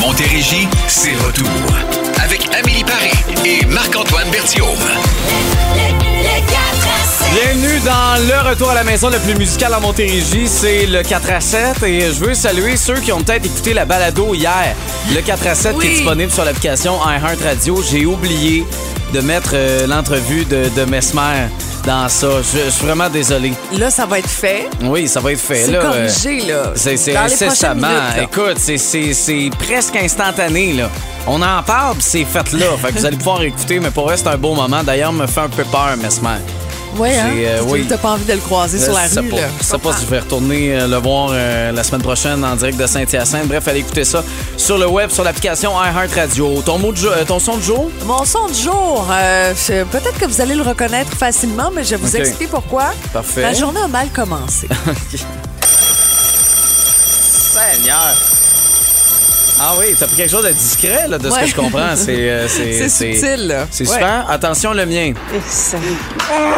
Montérégie, c'est retour. Avec Amélie Paris et Marc-Antoine Berthiaume. Bienvenue dans le retour à la maison le plus musical en Montérégie, c'est le 4 à 7 et je veux saluer ceux qui ont peut-être écouté la balado hier. Le 4 à 7 qui est Oui. disponible sur l'application iHeart Radio. J'ai oublié de mettre euh, l'entrevue de, de Mesmer dans ça. Je, je suis vraiment désolé. Là, ça va être fait. Oui, ça va être fait. C'est là, euh, corrigé, là. C'est c'est Dans les prochaines incessamment. minutes, là. Écoute, c'est- c'est c'est presque instantané, là. On en parle, puis c'est fait là. Fait que vous allez pouvoir écouter, mais pour vrai, c'est un beau moment. D'ailleurs, me fait un peu peur, Mesmer. Ouais, hein? C'est, euh, Tu- oui. T'as pas envie de le croiser sur la Je sais rue, pas. là. Je sais pas si je vais retourner euh, le voir euh, la semaine prochaine en direct de Saint-Hyacinthe. Bref, allez écouter ça sur le web, sur l'application iHeartRadio. Ton, mot de jo- euh, ton son de jour? Mon son de jour, euh, je- peut-être que vous allez le reconnaître facilement, mais je vous Ok. explique pourquoi. Parfait. La journée a mal commencé. Seigneur! Ah oui, t'as pris quelque chose de discret, là, de ce que Ouais. je comprends. C'est euh, C'est subtil, là. C'est Ouais. super. Attention, le mien. Ça,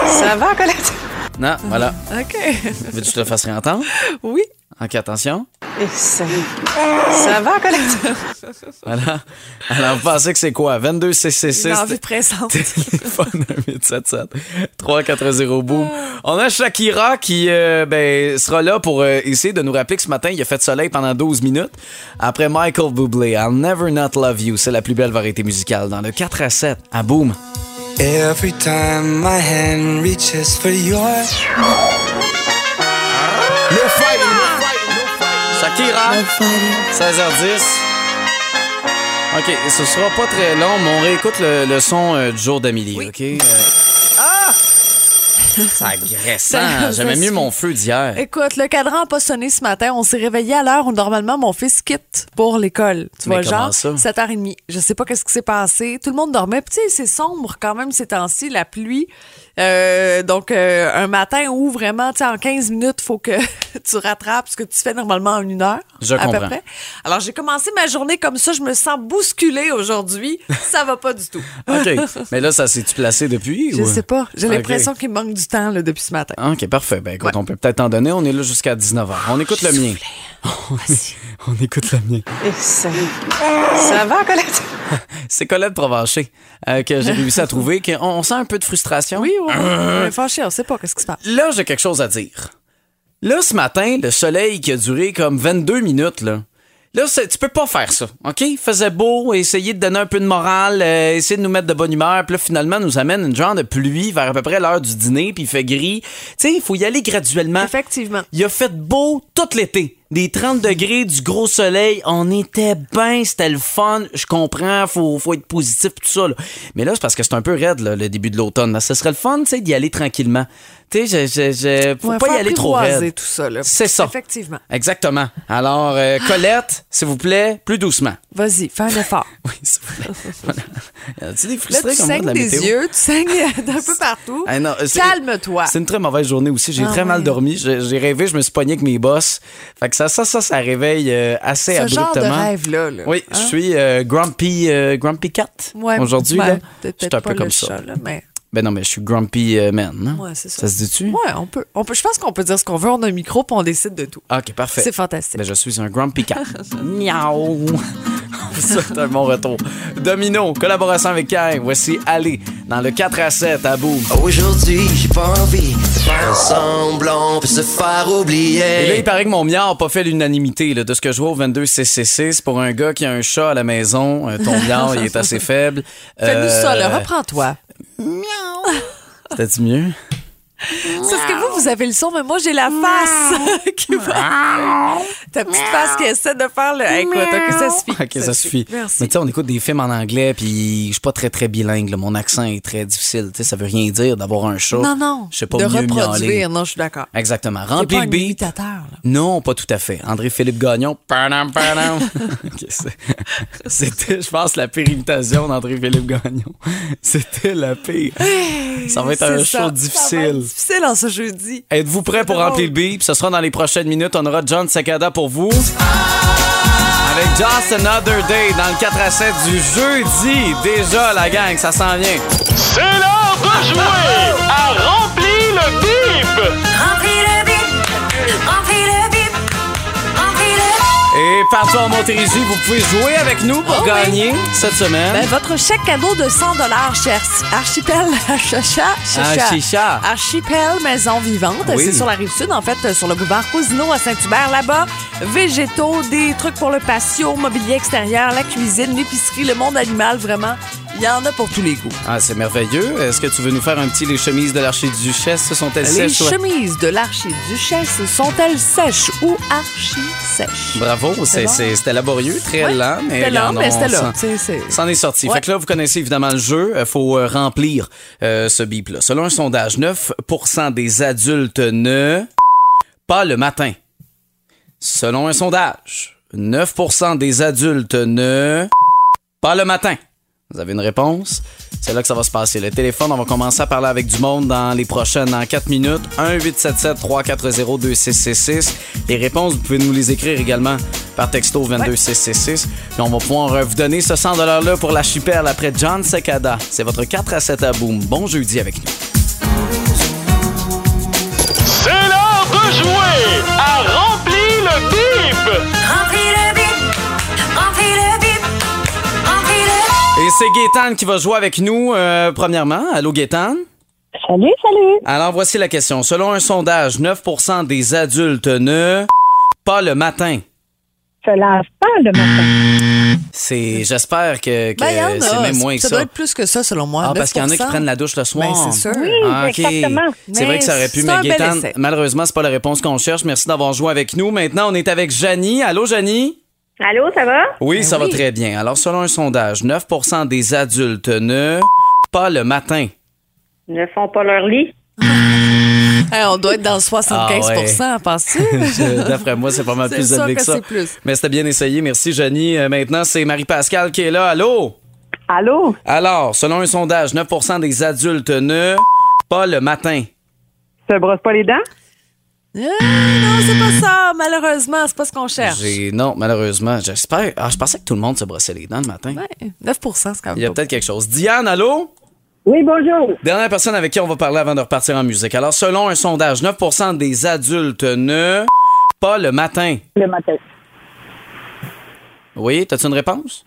ça va, Colette? Non, voilà. OK. Veux-tu que je te le fasse réentendre? Oui. OK, attention. Ça, ça va, Colette? Voilà. Alors, vous pensez que c'est quoi? 22 Une envie 666 pressante. téléphone 1877 340 boom. On a Shakira qui euh, ben, sera là pour euh, essayer de nous rappeler que ce matin, il a fait soleil pendant 12 minutes. Après Michael Bublé, I'll Never Not Love You, c'est la plus belle variété musicale dans le 4 à 7 à Boom. Every time my hand reaches for yours. Shakira, 16h10. OK, ce sera pas très long, mais on réécoute le, le son euh, du jour d'Amélie, OK? Euh, Ah! C'est agressant. Ça- J'aimais ça mieux se- mon feu d'hier. Écoute, le cadran n'a pas sonné ce matin. On s'est réveillé à l'heure où normalement mon fils quitte pour l'école. Tu Mais vois, comment genre ça? 7h30. Je sais pas qu'est-ce qui s'est passé. Tout le monde dormait. Puis tu sais, c'est sombre quand même ces temps-ci, la pluie. Euh, donc euh, un matin où vraiment, tu sais, en 15 minutes, faut que tu rattrapes ce que tu fais normalement en une heure. Je à comprends. peu près. Alors j'ai commencé ma journée comme ça. Je me sens bousculée aujourd'hui. ça va pas du tout. OK. Mais là, ça s'est-tu placé depuis? Je ou- sais pas. J'ai OK. l'impression qu'il me manque du temps là, depuis ce matin. OK, parfait. Ben écoute, on peut peut-être en donner. On est là jusqu'à 19h. On écoute le mien. On écoute le mien. Ça, ça va, Colette? C'est Colette Provencher euh, que j'ai réussi à trouver. qu'on- On, sent un peu de frustration. Oui, oui. On est fâchés, on sait pas qu'est-ce qui se passe. Là, j'ai quelque chose à dire. Là, ce matin, le soleil qui a duré comme 22 minutes, là. Là, c'est- tu peux pas faire ça, OK? Il faisait beau, essayer de donner un peu de morale, euh, essayer de nous mettre de bonne humeur, puis là, finalement, nous amène une genre de pluie vers à peu près l'heure du dîner, puis il fait gris. Tu sais, il faut y aller graduellement. Effectivement. Il a fait beau tout l'été. Des 30 degrés, du gros soleil, on était bien, c'était le fun. Je comprends, faut, faut être positif, tout ça. là. Mais là, c'est parce que c'est un peu raide, là, le début de l'automne. Mais Ce serait le fun, tu sais, d'y aller tranquillement. Tu sais, je, je, je- faut Ouais, pas faut y aller trop apprivoiser raide. tout ça, là. C'est ça. Effectivement. Exactement. Alors, euh, Ah! Colette, s'il vous plaît, plus doucement. Vas-y, fais un effort. Oui, s'il vous plaît. Voilà. tu des Là, frustrés tu comme moi de saignes la des météo? yeux, tu saignes d'un peu partout. Ah non, c'est- Calme-toi. C'est une très mauvaise journée aussi. J'ai Ah très mal ouais. dormi. J'ai j'ai rêvé, je me suis pogné avec mes boss. Fait que ça, ça, ça, ça réveille euh, assez Ce genre abruptement. de rêve-là. là. Oui, je Hein? suis euh, grumpy, euh, grumpy cat Ouais, aujourd'hui. ouais, là. peut-être je suis un pas peu le comme ça. chat, là, mais... Ben non, mais je suis grumpy euh, man. hein? Ouais, c'est ça. se dit-tu? Ouais, on peut, on peut. Je pense qu'on peut dire ce qu'on veut. On a un micro puis on décide de tout. Ah, Ok, parfait. C'est fantastique. Ben, je suis un grumpy cat. Miaou! On vous souhaite un bon retour. Domino, collaboration avec Kai. Voici Allez dans le 4 à 7 à bout. Aujourd'hui, j'ai pas envie de faire semblant, on peut se faire Et là, oublier. il paraît que mon mien n'a pas fait l'unanimité. là. De ce que je vois au 22CC6, pour un gars qui a un chat à la maison, euh, ton mien, il est assez faible. Fais-nous Euh, ça, là. Reprends-toi. C'était-tu mieux? Sauf que vous, vous avez le son, mais moi, j'ai la face qui va- Ta petite face qui essaie de faire le. Hey, Écoute, OK, ça suffit. Ok, ça suffit. Mais Merci. tu sais, on écoute des films en anglais, puis je suis pas très, très bilingue. là. Mon accent est très difficile. Tu sais, ça veut rien dire d'avoir un chat. Non, non. Je sais pas de mieux reproduire. miauler. Non, je suis d'accord. Exactement. T'es Remplis pas le un beat. imitateur, là. Non, pas tout à fait. André-Philippe Gagnon. Padam, padam. Ok, c'est- C'était, je pense, la pire imitation d'André-Philippe Gagnon. C'était la pire. Ça va être un show C'est ça. Ça va être difficile. difficile en ce jeudi. Êtes-vous prêts pour drôle. remplir le beat? Ce sera dans les prochaines minutes. On aura John Secada pour vous. Avec Just Another Day dans le 4 à 7 du jeudi. Déjà, la gang, ça s'en vient. C'est l'heure de jouer à Remplis le bip Remplis le bip, remplis le bip, remplis le Et partout en Montérégie, vous pouvez jouer avec nous pour Oh oui. gagner cette semaine. Ben, votre chèque cadeau de 100 chez Arch- Archipel Chacha, Ah, Archicha. Ah. Archipel Maison Vivante. Oui. C'est sur la rive sud, en fait, euh, sur le boulevard Cousineau à Saint-Hubert. Là-bas, végétaux, des trucs pour le patio, mobilier extérieur, la cuisine, l'épicerie, le monde animal, vraiment. Il y en a pour tous les goûts. Ah, c'est merveilleux. Est-ce que tu veux nous faire un petit les chemises de l'archiduchesse se sont-elles Les sèches, ouais? chemises de l'archiduchesse sont-elles sèches ou archi-sèches? Bravo, c'est- bon? c'est- c'était laborieux, très Ouais, lent, mais c'était lent, regarde, mais on c'était là. s'en- C'est- c'est- s'en est sorti. Ouais. Fait que là, vous connaissez évidemment le jeu. Il faut euh, remplir euh, ce bip-là. Selon un sondage, 9 des adultes ne pas le matin. Selon un sondage, 9 des adultes ne pas le matin. Vous avez une réponse? C'est là que ça va se passer. Le téléphone, on va commencer à parler avec du monde dans les prochaines, dans 4 minutes. 1-877-340-2666. Les réponses, vous pouvez nous les écrire également par texto 22666. Puis on va pouvoir euh, vous donner ce 100 $-là pour la chipelle après John Secada. C'est votre 4 à 7 à boom. Bon jeudi avec nous. C'est l'heure de jouer à Remplis le bip! Remplis le bip, remplis le bip, remplis le Et c'est Gaétan qui va jouer avec nous, euh, premièrement. Allô, Gaétan? Salut, salut. Alors, voici la question. Selon un sondage, 9 des adultes ne pas le matin. Se lave pas le matin. C'est, j'espère que, que Ben, il y en a. c'est même moins que ça. doit être plus que ça, selon moi. Ah, parce qu'il y en a qui 9%. prennent la douche le soir. Ben, c'est sûr. Oui, Ah, ok. exactement. C'est vrai Mais que ça aurait pu, c'est mais un bel Gaétan, essai. malheureusement, c'est pas la réponse qu'on cherche. Merci d'avoir joué avec nous. Maintenant, on est avec Janie. Allô, Janie? Allô, ça va? Oui, ça Ben oui. va très bien. Alors, selon un sondage, 9 des adultes ne pas le matin. Ne font pas leur lit. Hey, on doit être dans le Ah 75 penses-tu? Je- Euh, D'après moi, c'est pas mal C'est plus sûr élevé que, que ça. c'est plus. Mais c'était bien essayé. Merci, Janie. Euh, maintenant, c'est Marie-Pascale qui est là. Allô? Allô? Alors, selon un sondage, 9 des adultes ne pas le matin. Se brosse pas les dents? Ah, non, c'est pas ça, malheureusement, c'est pas ce qu'on cherche. J'ai- Non, malheureusement, j'espère. Ah, je pensais que tout le monde se brossait les dents le matin. Ouais, 9 c'est quand Il y a même pas. peut-être quelque chose. Diane, allô? Oui, bonjour. Dernière personne avec qui on va parler avant de repartir en musique. Alors, selon un sondage, 9 des adultes ne pas le matin. Le matin. Oui, t'as-tu une réponse?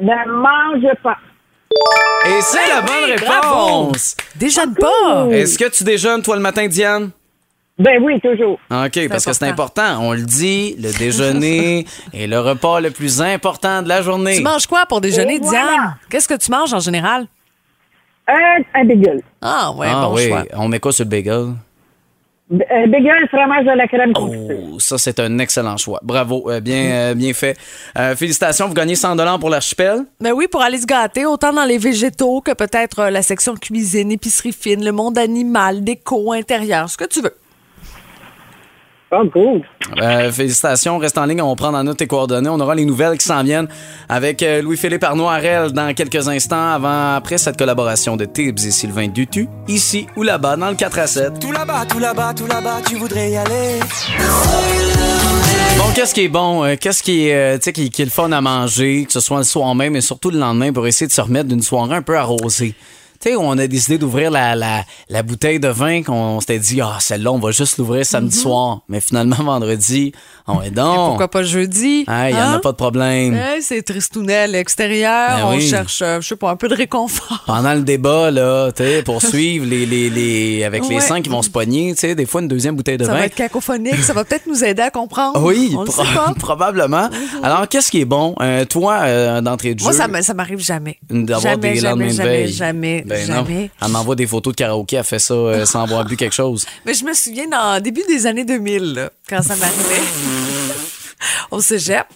Ne mange pas. Et c'est la bonne bravo! réponse! Déjeune pas! Est-ce que tu déjeunes, toi, le matin, Diane? Ben oui, toujours. OK, parce que c'est important. On le dit, le déjeuner est le repas le plus important de la journée. Tu manges quoi pour déjeuner, Et voilà. Diane? Qu'est-ce que tu manges en général? Un, un bagel. Ah, ouais, ah bon oui, choix. on met quoi sur le bagel? B- Un bagel, fromage à la crème croustée. Oh, ça, c'est un excellent choix. Bravo, euh, bien, euh, bien fait. Euh, félicitations, vous gagnez 100 pour l'archipel. Mais oui, pour aller se gâter, autant dans les végétaux que peut-être euh, la section cuisine, épicerie fine, le monde animal, déco intérieur, ce que tu veux. Oh, cool. Euh, félicitations, reste en ligne, on prend en note tes coordonnées. On aura les nouvelles qui s'en viennent avec euh, Louis-Philippe Arnoirel dans quelques instants, avant, après cette collaboration de Tibbs et Sylvain Dutu, ici ou là-bas, dans le 4 à 7. Tout là-bas, tout là-bas, tout là-bas, tu voudrais y aller. Bon, qu'est-ce qui est bon? euh, qu'est-ce qui est, euh, tu sais, qui, qui est le fun à manger, que ce soit le soir même, mais surtout le lendemain, pour essayer de se remettre d'une soirée un peu arrosée? Tu sais, on a décidé d'ouvrir la, la, la bouteille de vin qu'on s'était dit, ah, celle-là, on va juste l'ouvrir samedi soir. Mais finalement, vendredi, on est donc. Mhm. Pourquoi pas jeudi? Ah, il n'y Oh. en a hein? pas de problème. Hey, c'est tristounet à l'extérieur. Ben on oui. Ah, cherche, euh, je sais pas, un peu de réconfort. Pendant le débat, là, tu sais, pour suivre les, les, les, avec les Ouais. cinq qui vont se pogner, tu sais, des fois, une deuxième bouteille de Ça vin. Ah va être cacophonique, ça va peut-être nous aider à comprendre. Oui, on le pro- sait pas. Mhm. probablement. Alors, qu'est-ce qui est bon? Euh, toi, euh, d'entrée de jeu. Moi, ça me- ça m'arrive jamais. d'avoir jamais, des lendemains de jamais, jamais, veille. jamais, Ben non. jamais. Elle m'envoie des photos de karaoké, elle fait ça euh, sans avoir bu quelque chose. Mais je me souviens, dans début des années 2000, là, quand ça m'arrivait, au cégep,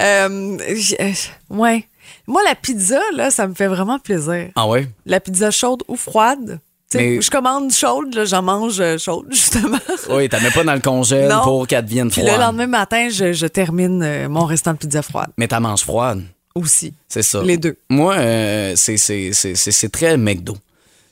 euh, j'- euh, ouais. Moi, la pizza, là, ça me fait vraiment plaisir. Ah ouais? La pizza chaude ou froide. Tu sais, Mais- Je commande chaude, là, j'en mange euh, chaude, justement. Oui, t'en mets pas dans le congèle Non. pour qu'elle devienne Puis froide. le lendemain matin, je, je termine euh, mon restant de pizza froide Mais t'en manges froide. aussi. C'est ça. Les deux. Moi, euh, c'est- c'est c'est- c'est- c'est très McDo.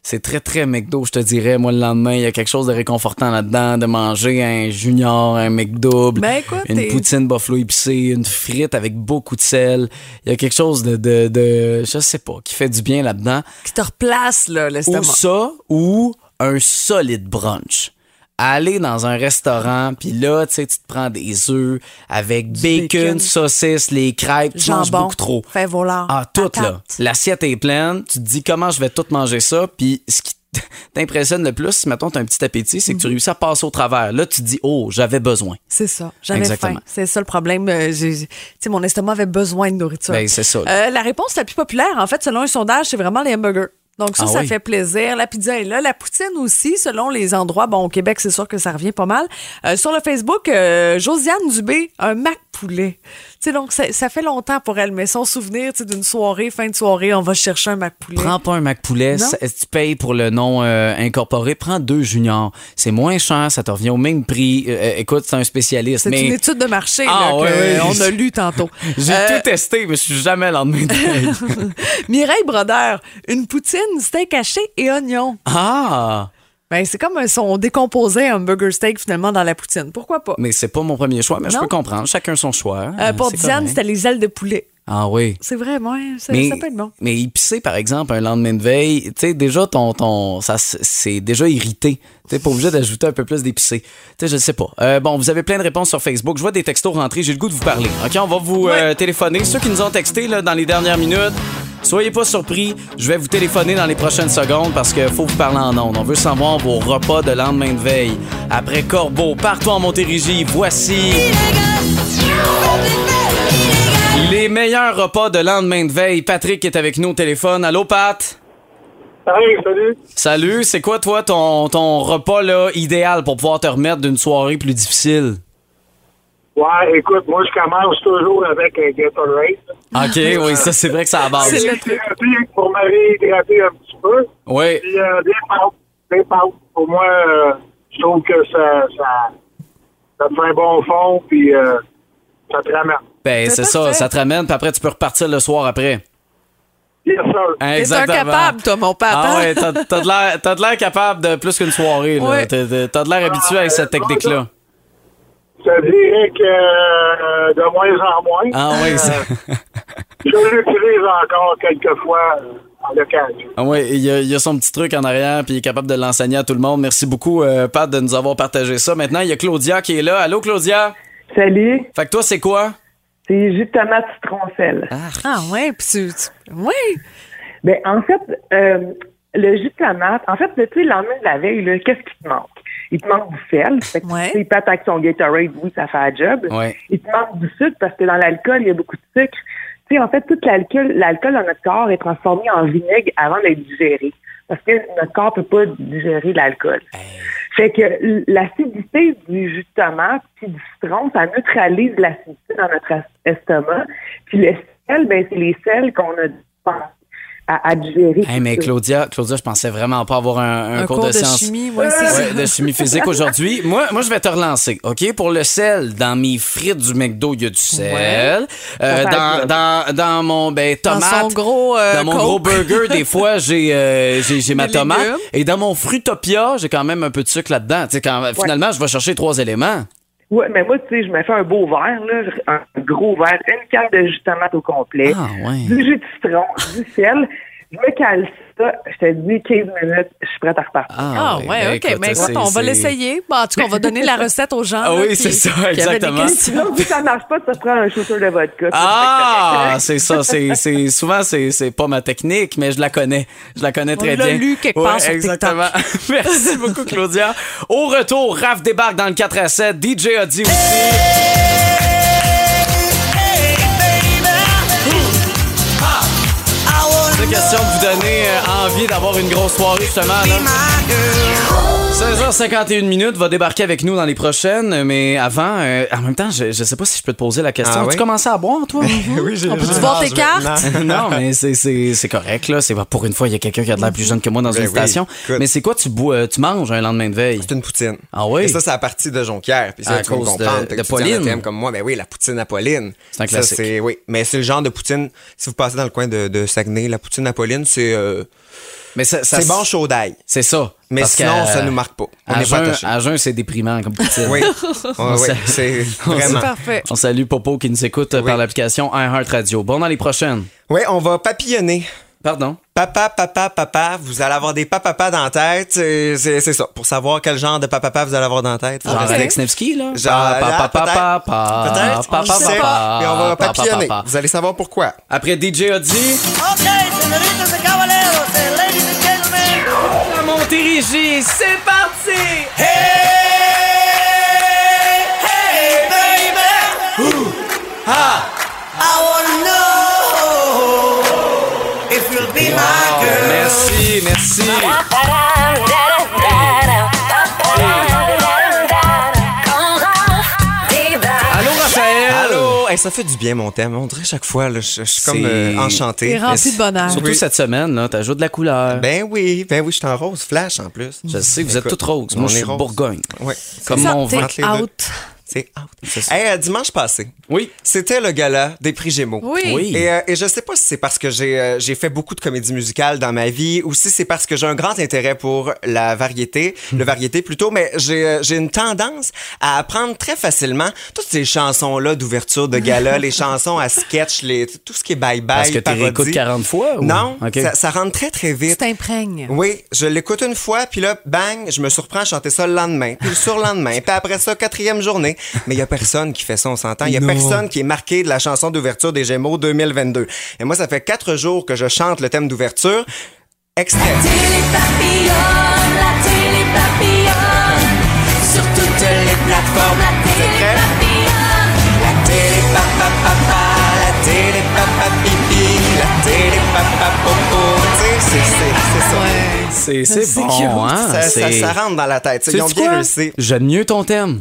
C'est très, très McDo, je te dirais. Moi, le lendemain, il y a quelque chose de réconfortant là-dedans, de manger un junior, un McDouble, Ben, écoute, une t'es- poutine buffalo épicée, une frite avec beaucoup de sel. Il y a quelque chose de, de, de- je sais pas, qui fait du bien là-dedans. Qui te replace, là, Ou l'estomac. ça, ou un solide brunch. à aller dans un restaurant, puis là, tu sais, tu te prends des œufs avec bacon, bacon. saucisses, les crêpes, tu manges Jambon, beaucoup trop. fais volard, Ah, tout, là. patate. L'assiette est pleine, tu te dis comment je vais tout manger ça, puis ce qui t'impressionne le plus, si mettons t'as un petit appétit, c'est que tu réussis à passer au travers. Là, tu te dis, oh, j'avais besoin. Mhm. C'est ça. J'avais Exactement. faim. C'est ça le problème. Euh, j'ai- j'ai- Tu sais, mon estomac avait besoin de nourriture. Ben, c'est ça. Euh, la réponse la plus populaire, en fait, selon un sondage, c'est vraiment les hamburgers. Donc ça, Ah ça oui. fait plaisir. La pizza est là. La poutine aussi, selon les endroits. Bon, au Québec, c'est sûr que ça revient pas mal. Euh, sur le Facebook, euh, Josiane Dubé, un mac poulet. Tu sais, donc ça, ça fait longtemps pour elle, mais son souvenir tu sais, d'une soirée, fin de soirée, on va chercher un mac poulet. Prends pas un Mac Poulet, Non. ça- tu payes pour le nom euh, incorporé, prends deux juniors. C'est moins cher, ça te revient au même prix. Euh, euh, écoute, c'est un spécialiste. C'est mais une étude de marché Ah, là, ouais, que ouais. on a lu tantôt. J'ai Euh, tout testé, mais je suis jamais lendemain de veille. Mireille Brodeur, une poutine, steak haché et oignon. Ah! Ben, c'est comme si on décomposait un burger steak finalement dans la poutine. Pourquoi pas? Mais c'est pas mon premier choix, mais je Non. peux comprendre. Chacun son choix. hein, Euh, pour C'est Diane, correct. c'était les ailes de poulet. Ah oui. C'est vraiment, ça, Mais, ça peut être bon. mais épicé, par exemple, un lendemain de veille, tu sais, déjà, ton, ton, ça, s- c'est déjà irrité. Tu pas obligé d'ajouter un peu plus d'épicé. Tu sais, je sais pas. Euh, bon, vous avez plein de réponses sur Facebook. Je vois des textos rentrer. J'ai le goût de vous parler. OK, on va vous euh, téléphoner. Ceux qui nous ont texté là, dans les dernières minutes, soyez pas surpris. Je vais vous téléphoner dans les prochaines secondes parce qu'il faut vous parler en ondes. On veut savoir vos repas de lendemain de veille. Après Corbeau, partout en Montérégie, voici... Les meilleurs repas de lendemain de veille. Patrick est avec nous au téléphone. Allô, Pat? Salut, salut. Salut, c'est quoi, toi, ton, ton repas là, idéal pour pouvoir te remettre d'une soirée plus difficile? Ouais, écoute, moi, je commence toujours avec un Gatorade. OK, oui, ça, c'est vrai que ça aborde. C'est le truc. Hydraté pour m'hydrater un petit peu. Oui. Puis, euh, des pâtes. Des pâtes. Pour moi, euh, je trouve que ça, ça, ça te fait un bon fond, puis euh, ça te ramène. Ben, C'est c'est ça, parfait. ça te ramène, puis après, tu peux repartir le soir après. Yes, sir. Hein? T'es incapable, toi, mon papa. Ah ouais, t'as t'as de l'air- t'as de l'air capable de plus qu'une soirée. là. Ouais. T'as t'as- t'as de l'air habitué à cette technique-là. Je te dirais que euh, de moins en moins. Euh, Ah Euh, oui, ça- Je l'utilise encore quelques fois euh, en l'occasion. Ah ouais, il y, a- il y a son petit truc en arrière, puis il est capable de l'enseigner à tout le monde. Merci beaucoup, euh, Pat, de nous avoir partagé ça. Maintenant, il y a Claudia qui est là. Allô, Claudia? Salut, Fait que toi, c'est quoi? c'est jus de tomate citron sel. Ah ouais, puis tu, tu- Ouais! Ben, en fait, euh, le jus de tomate, en fait, tu sais, le lendemain de la veille, là, qu'est-ce qui te manque? Il te manque du sel. Fait que Ouais. tu sais, pâte avec ton Gatorade, oui, ça fait un job. Ouais. Il te manque du sucre parce que dans l'alcool, il y a beaucoup de sucre. Tu sais, en fait, tout l'alcool, l'alcool dans notre corps est transformé en vinaigre avant d'être digéré. Parce que notre corps peut pas digérer l'alcool. Fait que l- l'acidité du jus de tomate puis du citron, ça neutralise l'acidité dans notre es- estomac. Puis le sel, ben, c'est les sels qu'on a du temps à, à digérer. Hey, mais Claudia, Claudia, je pensais vraiment pas avoir un, un cours, de, sciences. chimie, moi, c'est ça. Ouais, de chimie physique aujourd'hui. Moi, moi, je vais te relancer, OK? Pour le sel, dans mes frites du McDo, il y a du sel. Euh, Ça fait un dans, job. dans, dans mon ben, Dans tomate. son gros, euh, dans mon gros Coke. burger, des fois, j'ai euh, j'ai- j'ai ma Des tomate. légumes. Et dans mon Fruitopia, j'ai quand même un peu de sucre là-dedans. Tu sais, quand- Finalement, je vais chercher trois éléments. Ouais, mais moi, tu sais, je me fais un beau verre, là, un gros verre, une canne de jus de tomate au complet, Ah, ouais. du jus de citron, du sel. Je me cale ça, je te dis 15 minutes, je suis prête à repartir. Ah ben, ouais, OK. écoute, Mais ça, écoute, on c'est- va c'est- l'essayer. Bon, en tout cas, on va donner la recette aux gens. Ah là, oui, qui- c'est ça, qui avaient des exactement. questions. Sinon, si ça marche pas, tu te prends un shooter de vodka. Ah, c'est ça. C'est, c'est, souvent, c'est, c'est pas ma technique, mais je la connais. Je la connais très l'a bien. lu quelque part sur exactement. Merci beaucoup, Claudia. Au retour, Raph débarque dans le 4 à 7. DJ a dit aussi. C'est question de vous donner euh, envie d'avoir une grosse soirée, justement. Là. 16h51 minutes va débarquer avec nous dans les prochaines, mais avant, euh, en même temps, je, je sais pas si je peux te poser la question. Ah tu oui? commences à boire, toi? oui, j'ai On peut-tu j'ai- voir non, tes je- cartes? non. non, mais c'est- c'est c'est correct, là. C'est pas pour une fois, il y a quelqu'un qui a de l'air plus jeune que moi dans Ben une oui, station. écoute. Mais c'est quoi, tu bois, euh, tu manges un lendemain de veille? C'est une poutine. Ah oui? Et ça, c'est à partir de Jonquière. Puis ça, À tu vas me cause de- comprendre. de T'as une poutine Pauline. à thème comme moi. Mais oui, la poutine à Pauline. C'est un Ça, classique. c'est- oui. Mais c'est le genre de poutine. Si vous passez dans le coin de, de Saguenay, la poutine à Pauline, c'est euh, Mais ça, ça- c'est bon chaud d'ail. C'est ça. Mais Parce sinon, qu'à- ça nous marque pas. On à n'est pas jeun- attachés. À jeun, c'est déprimant comme poutine. Oui. Ouais, oui. sait- C'est C'est vraiment. parfait. On salue Popo qui nous écoute euh, par l'application iHeartRadio. Bon, dans les prochaines. Oui, on va papillonner. Pardon. Papa, papa, papa, vous allez avoir des papapas dans la tête. euh, C'est c'est ça. Pour savoir quel genre de papapa vous allez avoir dans la tête. faut Genre rester- Alex Nevsky, là? Ah, Genre, Pa- pa- pa- pa- peut-être. pa- Peut-être. pa- on le pa- sait, pa- bah, mais on pa- va pa- papillonner. pa- pa. Vous allez savoir pourquoi. Après DJ Audi, Ok, señoritas y caballeros, and ladies and gentlemen. à Montérégie, c'est parti! Hey, baby. I wanna know if you'll be Oh, my girl. Merci, merci. Allô, Raphaël? Allô! Hey, ça fait du bien, mon thème. On dirait chaque fois, là, je, je suis comme C'est- euh, enchanté. T'es rempli de bonheur. Surtout Oui. cette semaine, là, t'ajoutes de la couleur. Ben oui, ben oui, je suis en rose flash en plus. Je sais, vous êtes Écoute, toutes roses. on Moi, je est suis rose. Bourgogne. Ouais. Comme Ça, mon t'es vin. Entre les deux. out. C'est out. Hey, euh, dimanche passé, Oui. c'était le gala des prix Gémeaux. Oui. Oui. Et, euh, et je sais pas si c'est parce que j'ai euh, j'ai fait beaucoup de comédie musicale dans ma vie ou si c'est parce que j'ai un grand intérêt pour la variété, Hmm. le variété plutôt, mais j'ai euh, j'ai une tendance à apprendre très facilement toutes ces chansons-là d'ouverture de gala, les chansons à sketch, les, tout ce qui est bye-bye, Parce que tu réécoutes parodie. 40 fois? ou- Non, OK. ça, ça rentre très, très Tu vite. t'imprègnes. Oui, je l'écoute une fois, puis là, bang, je me surprends à chanter ça le lendemain, puis le surlendemain, puis après ça, quatrième journée. Mais il y a personne qui fait ça, on s'entend. Il y a Non. personne qui est marqué de la chanson d'ouverture des Gémeaux 2022. Et moi, ça fait quatre jours que je chante le thème d'ouverture. Extrait. Papillonne, la télé papillonne, sur toutes les plateformes, la télé prêt? papillonne, la télé Papa, papa, la télé, papa, pipi, la télé, papa, popo. Tu sais, c'est- c'est c'est ça. C'est c'est bon, hein? Ça, ça, C'est- ça rentre dans la tête. tu sais, Ils ont Sais-tu bien quoi? réussi. J'aime mieux ton thème.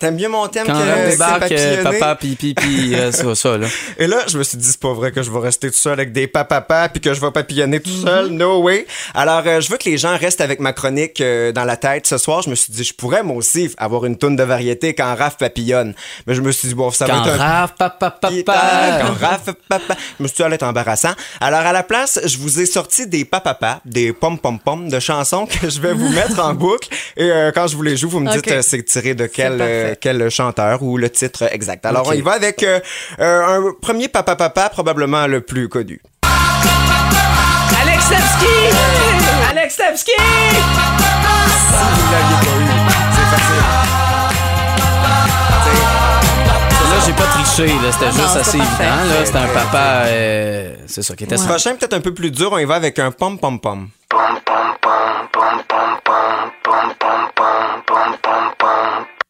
T'aimes mieux mon thème Quand que on c'est débarque, euh, papillonné? papa, pipi, pipi, euh, ça, ça, là. Et là, je me suis dit, c'est pas vrai que je vais rester tout seul avec des papapas puis que je vais papillonner tout seul. Mm-hmm. No way. Alors, euh, je veux que les gens restent avec ma chronique euh, dans la tête. Ce soir, je me suis dit, je pourrais moi aussi avoir une toune de variété quand Raph papillonne. Mais je me suis dit, bon, ça Quand va être un raf, papa, quand papa. Raph, papa. Je me suis dit, allait être embarrassant. Alors, à la place, je vous ai sorti des papapas, des pom-pom-pom de chansons que je vais vous mettre en boucle. Et euh, quand je vous les joue, vous me dites Ok. euh, c'est tiré de quel, euh, parfait. quel chanteur ou le titre exact. Alors, Ok. on y va avec euh, euh, un premier papa-papa, probablement le plus connu. Alex Nevsky! Alex Nevsky! Ah, Ah, Vous l'aviez pas eu. C'est facile. Là, j'ai pas triché, là. C'était juste c'était assez évident, parfait. là. C'était un papa, euh, c'est ça, qui était Le sur- Prochain, peut-être un peu plus dur, on y va avec un pom-pom-pom.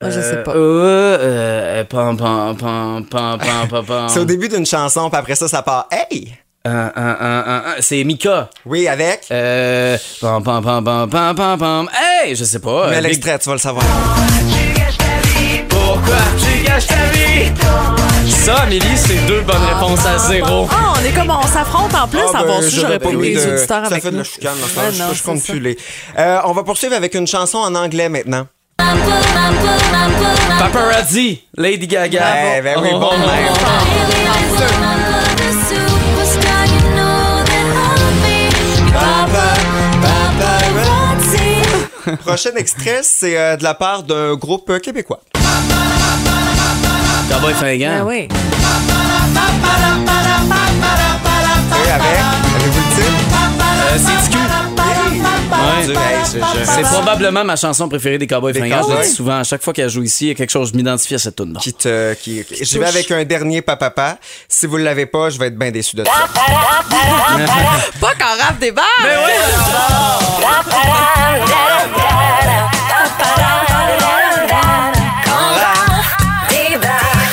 Moi, je sais pas. Euh, euh, pam, pam, pam, pam, pam, pam, pam. Euh, C'est au début d'une chanson, puis après ça, ça part Hey! Un, un, un, un, un. euh, C'est Mika. Oui, avec. Euh, pam, pam, pam, pam, pam, pam, pam. Hey, je sais pas. euh, Mais Big- l'extrait, tu vas le savoir. Pourquoi tu gâches ta vie? Ça, Amélie, c'est deux bonnes réponses à zéro. Ah, on est comme on s'affronte en plus. oh. Ah, en ben, bon sens, je j'aurais ben pas oui, mis les de- auditeurs Ça avec fait de nous. la chicane, là, ça, Ouais, je, non, je compte c'est plus les. Euh, on va poursuivre avec une chanson en anglais maintenant. Paparazzi, Lady Gaga. Eh, ben oui, bon, Oh, ben. oh, oh. Prochain extrait, c'est euh, de la part d'un groupe euh, québécois. oh. Cowboy fringant. Ah oui. Et avec, avez-vous le titre? Euh, c'est Ticu. Ouais. Dieu, hey, je- je- C'est probablement ma chanson préférée des Cowboys Des fringants. Je le Cowboys. dis souvent, à chaque fois qu'elle joue ici, il y a quelque chose, je m'identifie à cette tune Qui te, qui, je vais avec un dernier papapa. Si vous ne l'avez pas, je vais être bien déçu de Ah! ça. Pas quand Raph débarque! Ben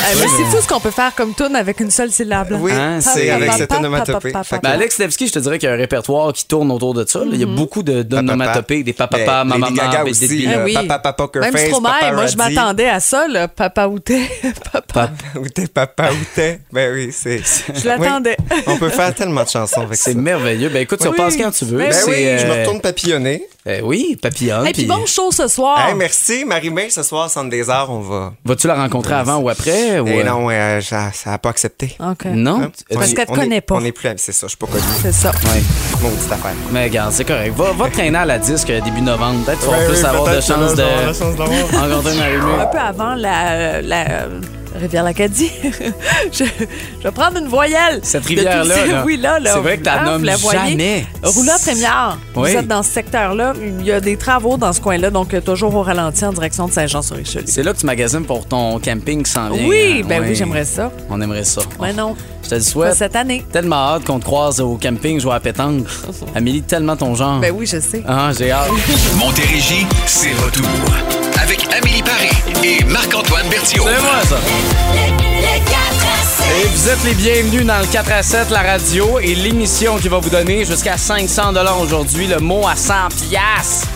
Eh, mais c'est fou ce qu'on peut faire comme tune avec une seule syllabe. Oui, Hein, c'est c'est- avec cette Papa, onomatopée. papa, Fait que- Ben Alex Nevsky, je te dirais qu'il y a un répertoire qui tourne autour de ça. là. Mhm. Il y a beaucoup de d'onomatopées, des papapas, Ben, maman, Lady Gaga baby, aussi, baby. là. Ah oui. Papa, papa, poker Même face, Stromae, moi, paparazzi. je m'attendais à ça, là. Papa ou t'es, papa. Où t'es papa, où t'es? Ben oui, c'est. Je l'attendais. Oui, On peut faire tellement de chansons avec ça. C'est merveilleux. Ben écoute, tu repasses quand tu veux. Ben Ben C'est, oui, je me euh, retourne papillonner. euh, oui, papillon. Et puis bon show ce soir. Hey, merci, Marie-Mé. Ce soir, Centre des Arts, on va. Vas-tu la rencontrer avant ou après? ou, Eh euh, non, euh, ça n'a pas accepté. OK. Non? Hein? Euh, Ah, Parce On est- qu'elle te on est- connaît pas. On est plus amis, c'est ça. Je suis pas connu. C'est ça. Ouais. Maudite affaire. Mais regarde, c'est correct. Va, va traîner à la disque euh, début novembre. Peut-être Ben qu'on Ouais, plus ouais, avoir de peut-être que chance là, j'aurai la de chance d'avoir. rencontrer marie Un peu avant la, la Rivière-l'Acadie. je, je vais prendre une voyelle. Cette de tous rivière-là, ces- là. Oui, là, là. C'est vrai que t'as Hein, nommes vous la voyez. jamais. Roulotte Rémiard. Oui. Vous êtes dans ce secteur-là. Il y a des travaux dans ce coin-là, donc euh, toujours au ralenti en direction de Saint-Jean-sur-Richelieu. C'est là que tu magasines pour ton camping qui s'en vient. Oui, hein? ben Ouais. oui, j'aimerais ça. On aimerait ça. Mais non, Je te le pas souhaite. cette année. Tellement hâte qu'on te croise au camping jouer à la pétanque. Amélie, tellement ton genre. Ben oui, je sais. Ah, j'ai hâte. Montérégie, c'est retour. Avec Amélie Paris et Marc-Antoine Berthiaud. C'est moi, ça. Et vous êtes les bienvenus dans le 4 à 7, la radio et l'émission qui va vous donner jusqu'à 500 aujourd'hui, le mot à 100 piastres.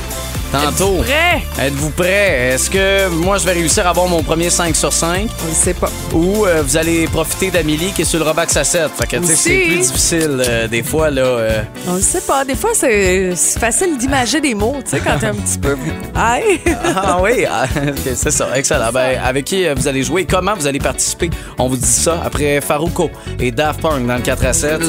Tantôt. Prêt? Êtes-vous prêts? Est-ce que moi, je vais réussir à avoir mon premier 5 sur 5? On le sait pas. Ou euh, vous allez profiter d'Amélie qui est sur le Robax à 7? Fait que, tu sais, Aussi. c'est plus difficile euh, des fois, là. euh, On le sait pas. Des fois, c'est c'est facile d'imager des mots, tu sais, quand t'es un petit Ben peu. Aïe! Ah oui, ah, ok, c'est ça, excellent. Ben, avec qui euh, vous allez jouer, comment vous allez participer, on vous dit ça après Farouko et Daft Punk dans le 4 à 7.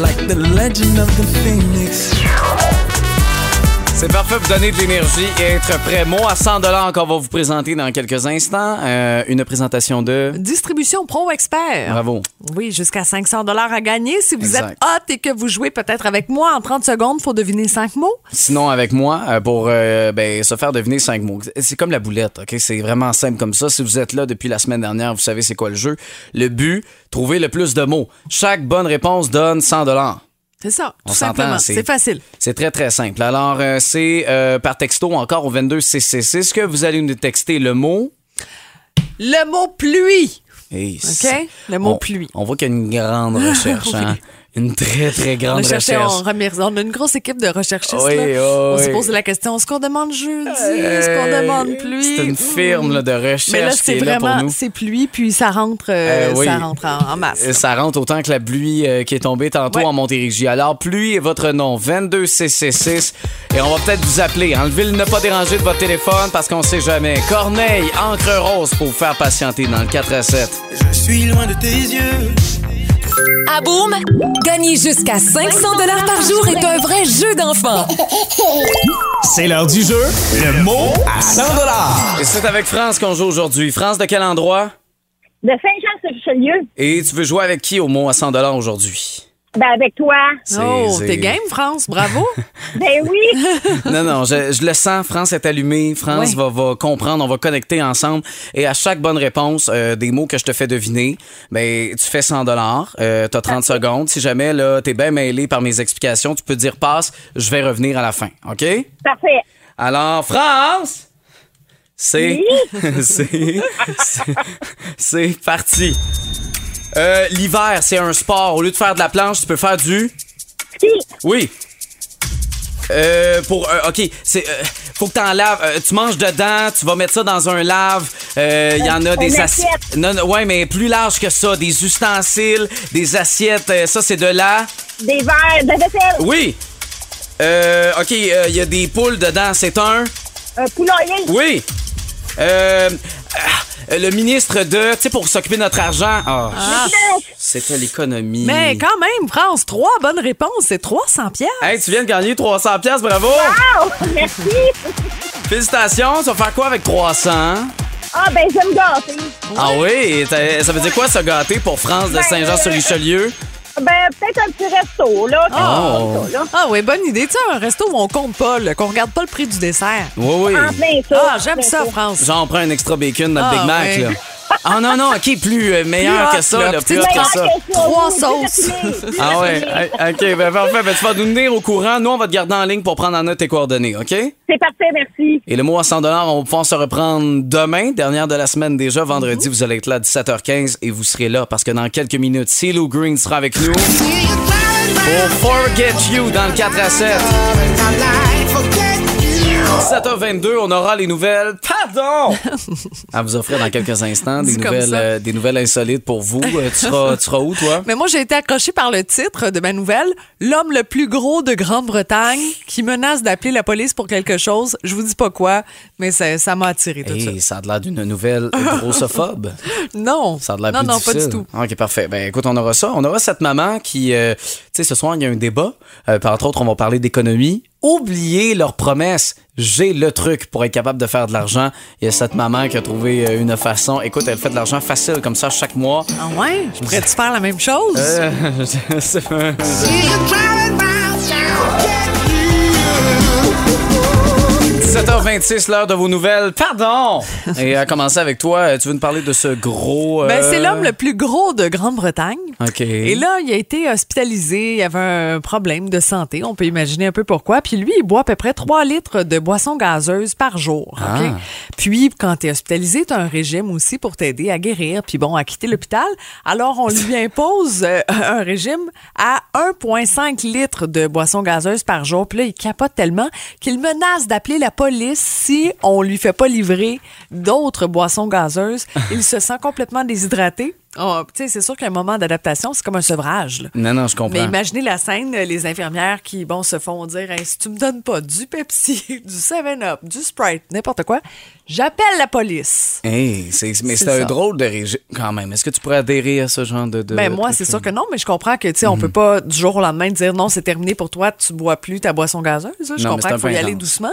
C'est parfait pour donner de l'énergie et être prêt. Mot à 100 qu'on va vous présenter dans quelques instants. Euh, une présentation de... Distribution Pro Expert. Bravo. Oui, jusqu'à 500 dollars à gagner. Si vous Exact. êtes hot et que vous jouez peut-être avec moi en 30 secondes, faut deviner cinq mots. Sinon, avec moi, euh, pour euh, ben, se faire deviner cinq mots. C'est comme la boulette, OK? C'est vraiment simple comme ça. Si vous êtes là depuis la semaine dernière, vous savez c'est quoi le jeu. Le but, trouver le plus de mots. Chaque bonne réponse donne 100 C'est ça, On tout s'entend, simplement. c'est- C'est facile. C'est très, très simple. Alors, euh, c'est euh, par texto encore au 22666 que vous allez nous texter le mot. Le mot pluie. Et OK? Le mot on, pluie. On voit qu'il y a une grande recherche. hein? Une très, très On a, grande cherché, recherche. on, remercie- on a une grosse équipe de recherchistes. Oui, là. oui, on se oui. pose la question est-ce qu'on demande jeudi Est-ce qu'on demande pluie C'est une firme là, de recherche Mais là, qui c'est est là pour vraiment, nous. c'est pluie, puis ça rentre, euh, Euh, oui. ça rentre en, en masse. Et Euh, Ça rentre autant que la pluie euh, qui est tombée tantôt Ouais. en Montérégie. Alors, pluie est votre nom, 22666. Et on va peut-être vous appeler. Enlevez le ne pas déranger de votre téléphone parce qu'on sait jamais. Corneille, encre rose pour vous faire patienter dans le 4 à 7. Je suis loin de tes yeux. À Boom, gagner jusqu'à 500 dollars par jour est un vrai jeu d'enfant. C'est l'heure du jeu. Le mot à 100 Et c'est avec France qu'on joue aujourd'hui. France, de quel endroit? De Saint-Jean-sur-Richelieu, Et tu veux jouer avec qui au mot à 100 aujourd'hui? ben avec toi. C'est- Oh, c'est- t'es game, France, bravo. Ben oui, Non, non, je, je le sens. France est allumée. France va, Ouais. va comprendre. On va connecter ensemble. Et à chaque bonne réponse euh, des mots que je te fais deviner, ben, tu fais 100 dollars. tu as 30 secondes. Si jamais là, t'es bien mêlé par mes explications, tu peux dire passe. Je vais revenir à la fin. OK? parfait. Alors, France, c'est. c'est. c'est- C'est parti. Euh, L'hiver, c'est un sport. Au lieu de faire de la planche, tu peux faire du. Oui. Euh, pour. euh, OK. C'est. euh, faut que t'en laves. Euh, tu manges dedans, tu vas mettre ça dans un lave. Euh, Il y en a Euh, des une assiettes. assiette. Non, non, ouais, mais plus large que ça. Des ustensiles, des assiettes. euh, ça, c'est de la. Des verres de vaisselle, Oui. Euh, OK. euh, Il y a des poules dedans. C'est un. un poulailler, Oui. Euh, ah, le ministre de, tu sais, pour s'occuper de notre argent. Ah, C'était l'économie. Mais quand même, France, trois bonnes réponses, c'est 300 pièces. Hey, tu viens de gagner 300 pièces, bravo. Wow, Ah, merci. Félicitations. Tu vas faire quoi avec 300 Ah ben je vais me gâter. Ah oui. t'as- Ça veut dire quoi se gâter pour France de Ben, Saint-Jean-sur-Richelieu Ben peut-être un petit resto, là. quelque Oh. chose comme ça, là. Ah oui, bonne idée. Tu sais, un resto où on compte pas, là, qu'on regarde pas le prix du dessert. Oui, oui. En plein ça. Ah, j'aime en plein ça, France. Genre on prend un extra bacon dans le Ah, Big Mac ouais. là. Ah non non, ok, plus euh, meilleur Plus que hot, ça, là, là, petit plus hot Meilleur que que ça. ça, Trois oui, sauces. plus raffiné, plus Ah ouais, raffiné. Hey, ok, ben parfait. Ben, tu vas nous tenir au courant. Nous, on va te garder en ligne pour prendre en note tes coordonnées, ok? C'est parfait, merci. Et le mot à 100 on va pouvoir se reprendre demain, dernière de la semaine déjà, vendredi. Mhm. Vous allez être là à 17h15 et vous serez là parce que dans quelques minutes, Silo Green sera avec nous pour Forget You dans le 4 à 7. 7h22, on aura les nouvelles. Pardon! À vous offrir dans quelques instants des Dit comme nouvelles, ça. euh, des nouvelles insolites pour vous. Euh, tu, seras, tu seras où, toi? Mais moi, j'ai été accrochée par le titre de ma nouvelle L'homme le plus gros de Grande-Bretagne qui menace d'appeler la police pour quelque chose. Je vous dis pas quoi, mais ça, ça m'a attiré tout de Hey, suite. ça a l'air d'une nouvelle grossophobe. Non. Ça a de l'air Non, plus non, pas difficile. du tout. OK, parfait. Ben écoute, on aura ça. On aura cette maman qui, euh, tu sais, ce soir, il y a un débat. Euh, puis, entre autres, on va parler d'économie. oublier leurs promesses. J'ai le truc pour être capable de faire de l'argent. Il y a cette maman qui a trouvé euh, une façon. Écoute, elle fait de l'argent facile comme ça chaque mois. Ah ouais? Je pourrais-tu faire la même chose? Euh, je sais pas. Bye. 17h26, l'heure de vos nouvelles. Pardon! Et à commencer avec toi, tu veux nous parler de ce gros. Ben, c'est euh, l'homme le plus gros de Grande-Bretagne. OK. Et là, il a été hospitalisé. Il avait un problème de santé. On peut imaginer un peu pourquoi. Puis lui, il boit à peu près 3 litres de boissons gazeuses par jour. OK? Ah. Puis, quand tu es hospitalisé, tu as un régime aussi pour t'aider à guérir, puis bon, à quitter l'hôpital. Alors, on lui impose euh, un régime à 1,5 litres de boissons gazeuses par jour. Puis là, il capote tellement qu'il menace d'appeler la police si on lui fait pas livrer d'autres boissons gazeuses. Il se sent complètement déshydraté. Oh, tu sais, c'est sûr qu'un moment d'adaptation, c'est comme un sevrage. là. Non, non, je comprends. Mais imaginez la scène, euh, les infirmières qui, bon, se font dire Hey, si tu me donnes pas du Pepsi, du 7-Up, du Sprite, n'importe quoi, j'appelle la police. Hey, c'est, mais C'est c'est, un ça. drôle de régime quand même. Est-ce que tu pourrais adhérer à ce genre de. Mhm. de Ben moi, truc? c'est sûr que non, mais je comprends que, tu sais, on peut pas du jour au lendemain dire non, c'est terminé pour toi, tu bois plus ta boisson gazeuse. là. Je Non, mais c'est comprends un qu'il faut peu y aller intense. doucement.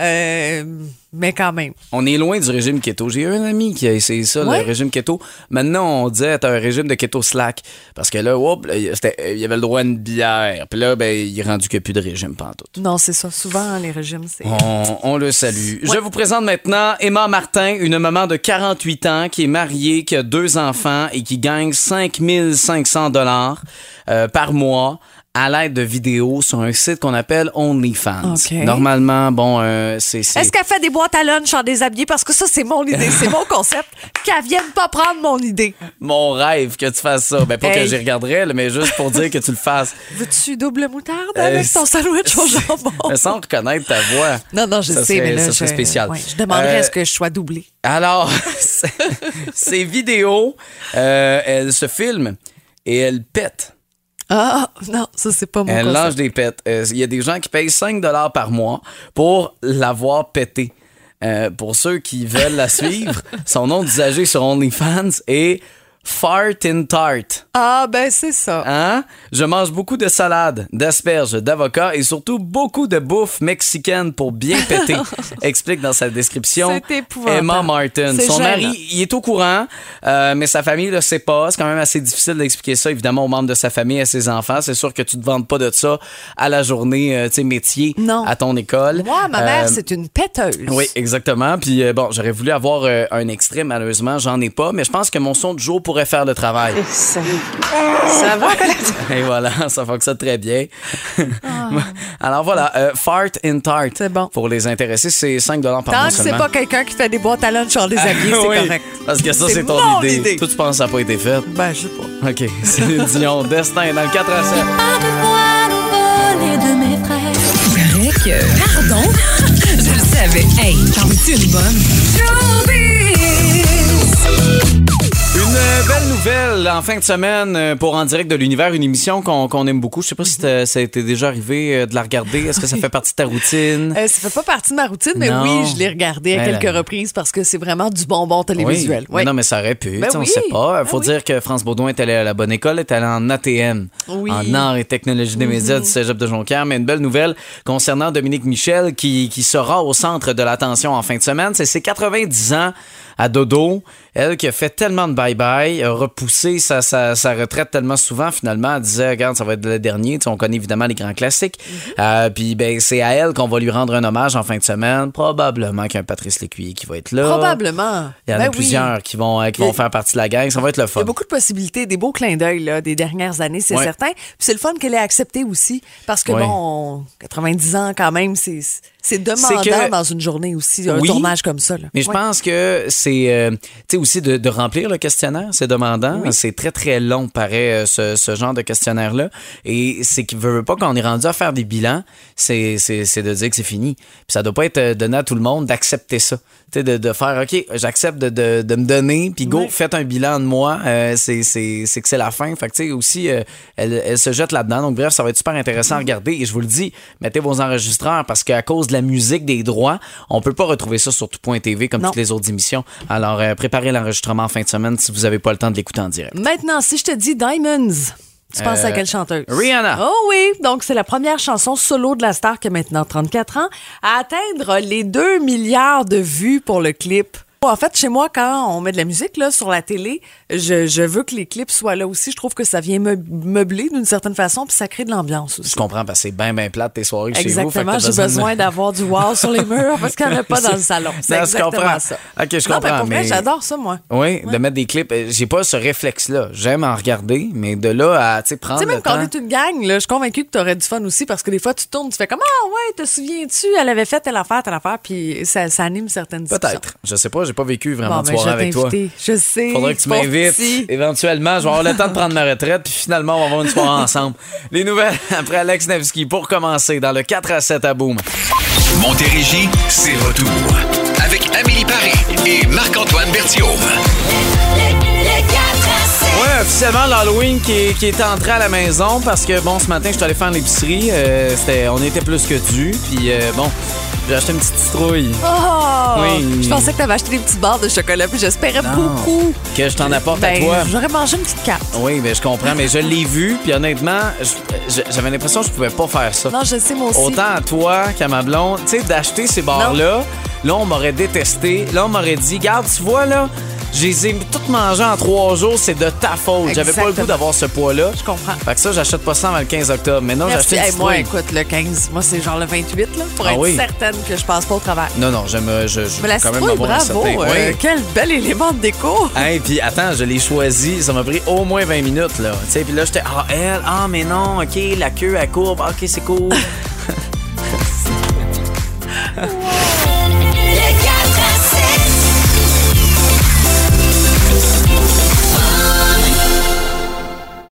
Euh, mais quand même. On est loin du régime keto. J'ai eu un ami qui a essayé ça, Ouais. le régime keto. Maintenant, on disait t'as un régime de keto slack. Parce que là, hop, là, c'était- il y avait le droit à une bière. Puis là, ben, il est rendu qu'il n'y a plus de régime pantoute. Non, c'est ça. Souvent, hein, les régimes, c'est. On, on le salue. Je vous présente maintenant Emma Martin, une maman de 48 ans qui est mariée, qui a deux enfants et qui gagne 5500 dollars euh, par mois à l'aide de vidéos sur un site qu'on appelle OnlyFans. Ok. Normalement, bon, euh, c'est... c'est- Est-ce qu'elle fait des boîtes à lunch en déshabillé? Parce que ça, c'est mon idée, c'est mon concept. Qu'elle vienne pas prendre mon idée. Mon rêve que tu fasses ça. Ben, pas que Hey. j'y regarderais, là, mais juste pour dire que tu le fasses. Veux-tu double moutarde Euh, avec ton sandwich au jambon? Mais sans reconnaître ta voix. Non, non, je ça sais, serait- mais là, ça serait je- spécial. ouais, je demanderais Euh, à ce que je sois doublée. Alors, ces- ces vidéos, euh, elles se filment et elles pètent. Ah, non, ça, c'est pas mon Elles concept. lâchent des pètes. Euh, Il y a des gens qui payent 5 par mois pour l'avoir pété. Euh, pour ceux qui veulent la suivre, son nom d'usager sur OnlyFans est Fart in Tart. Ah, ben, c'est ça. Hein? Je mange beaucoup de salades, d'asperges, d'avocats et surtout beaucoup de bouffe mexicaine pour bien péter, explique dans sa description C'est épouvantable. Emma Martin. C'est Son gênant. mari, il est au courant, euh, mais sa famille ne le sait pas. C'est quand même assez difficile d'expliquer ça, évidemment, aux membres de sa famille, à ses enfants. C'est sûr que tu ne te vantes pas de ça à la journée, euh, tu sais, métier, à ton école. Moi, ma mère, Euh, c'est une péteuse. oui, exactement. Puis euh, bon, j'aurais voulu avoir euh, un extrait, malheureusement, j'en ai pas, mais je pense que mon son de jour pourrait faire le travail. Ça va, Colette? Et voilà, ça fonctionne très bien. Ah. Alors voilà, euh, Fart in Tart. Pour les intéressés, c'est 5 par Tant mois que c'est seulement. Ah, pas quelqu'un qui fait des boîtes à lunch en déshabillé, c'est Oui, correct. Parce que ça, c'est ton mon idée. Toi, tu penses que ça n'a pas été fait? Ben, je sais pas. OK, c'est Dion, destin dans le 4 à 7. Pas de voile au volet de mes frères. Vrai que. euh, Pardon? Je le savais. Hey, t'en es une bonne? Une belle nouvelle en fin de semaine euh, pour En direct de l'univers, une émission qu'on qu'on aime beaucoup. Je sais pas si t'as- ça a été déjà arrivé euh, de la regarder. Est-ce que ça fait partie de ta routine? Euh, ça fait pas partie de ma routine, mais Non. oui, je l'ai regardé à Ben, quelques là. reprises parce que c'est vraiment du bonbon télévisuel. Oui. Mais Non, mais ça aurait pu. Ben tu sais, On oui. sait pas. Il faut dire que France Baudouin est allé à la bonne école, est allé en ATM, Oui. Mm-hmm. en art et technologie des médias du cégep de Jonquière. Mais une belle nouvelle concernant Dominique Michel qui, qui sera au centre de l'attention en fin de semaine. C'est ses 90 ans à Dodo. Elle qui a fait tellement de bye-bye, a repoussé sa, sa, sa retraite tellement souvent, finalement, elle disait, regarde, ça va être le dernier. Tu sais, on connaît évidemment les grands classiques. Mm-hmm. Euh, Puis ben, c'est à elle qu'on va lui rendre un hommage en fin de semaine. Probablement qu'un Patrice Lécuyer qui va être là. Probablement. Il y en Ben a oui. plusieurs qui vont, euh, qui vont faire partie de la gang. Ça va être le Il y fun. a beaucoup de possibilités, des beaux clins d'œil là, des dernières années, c'est Ouais. certain. Puis c'est le fun qu'elle ait accepté aussi, parce que Ouais. bon, 90 ans quand même, c'est c'est demandant C'est que- dans une journée aussi, un Oui. tournage comme ça. là. Mais je Ouais. pense que c'est, euh, tu sais, aussi de, de remplir le questionnaire, c'est demandant. C'est très, très long, paraît, euh, ce, ce genre de questionnaire-là. Et c'est qu'il veut veut pas qu'on est rendu à faire des bilans, c'est, c'est, c'est de dire que c'est fini. Puis ça doit pas être euh, donné à tout le monde d'accepter ça. Tu sais, de, de faire, OK, j'accepte de, de- de me donner, puis go, faites un bilan de moi. Euh, c'est, c'est, c'est que c'est la fin. Fait que, tu sais, aussi, euh, elle, elle se jette là-dedans. Donc, bref, ça va être super intéressant à regarder. Et je vous le dis, mettez vos enregistreurs parce qu'à cause de la musique, des droits, on peut pas retrouver ça sur tout.tv comme Non. toutes les autres émissions. Alors, euh, préparez l'enregistrement en fin de semaine si vous avez pas le temps de l'écouter en direct. Maintenant, si je te dis Diamonds, Tu penses Euh, à quelle chanteuse? Rihanna. Oh oui, donc c'est la première chanson solo de la star qui a maintenant 34 ans à atteindre les 2 milliards de vues pour le clip. En fait, chez moi, quand on met de la musique là, sur la télé, je, je veux que les clips soient là aussi. Je trouve que ça vient me- meubler d'une certaine façon, puis ça crée de l'ambiance aussi. Je comprends, parce que c'est bien, bien plate tes soirées chez vous. Exactement, fait que t'as j'ai besoin de- d'avoir du wow sur les murs parce qu'il n'y en a pas dans le salon. C'est Non, je comprends. exactement ça. Ok, je non, mais comprends, pour vrai, mais- j'adore ça, moi. Oui, de mettre des clips. Euh, J'ai pas ce réflexe-là. J'aime en regarder, mais de là à tu sais, Tu prendre sais, le même quand on temps. est une gang, là, je suis convaincue que t'aurais du fun aussi parce que des fois, tu tournes, tu fais comme Ah, ouais, te souviens-tu, elle avait fait telle affaire, telle affaire, puis ça, ça anime certaines discussions. Peut-être. Je sais pas, j'ai pas vécu vraiment Bon, de ben, je soirée vais avec toi. t'inviter. Je sais. Faudrait que tu pauvre m'invites. petit. Éventuellement, je vais avoir le temps de prendre ma retraite, puis finalement, on va avoir une soirée ensemble. Les nouvelles après Alex Nevsky pour commencer dans le 4 à 7 à Boom. Montérégie, c'est retour. Avec Amélie Paris et Marc-Antoine Berthiaume. Ouais, officiellement l'Halloween qui, est- qui est entré à la maison parce que bon, ce matin, je suis allé faire l'épicerie. euh, c'était, on était plus que dû, puis euh, bon, j'ai acheté une petite citrouille. Oh! Oui. Je pensais que t'avais acheté des petits barres de chocolat, puis j'espérais beaucoup. Que je t'en apporte à Ben, toi. j'aurais mangé une petite carte. Oui, mais je comprends, mais je l'ai vu, puis honnêtement, je- je- j'avais l'impression que je pouvais pas faire ça. Non, je sais, moi aussi. Autant à toi qu'à ma blonde, tu sais, d'acheter ces bars-là, là, on m'aurait détesté. Là, on m'aurait dit, garde, tu vois, là, je les ai toutes mangées en trois jours, c'est de ta faute. J'avais pas le goût Exactement. d'avoir ce poids-là. Je comprends. Fait que ça, j'achète pas ça avant le 15 octobre. Maintenant, Merci. j'achète Hey, une moi, citrouille. écoute, le 15, moi, c'est genre le 28, là, pour Ah être oui. certaine que je passe pas au travers. Non, non, j'aime, euh, je, je Mais la veux quand même citrouille, avoir un bravo! certain- euh, Oui. Quel bel élément de déco! Hey, puis attends, je l'ai choisi, ça m'a pris au moins 20 minutes là. Tu sais, puis là j'étais ah elle, ah mais non, OK, la queue à courbe, ah, OK, c'est cool.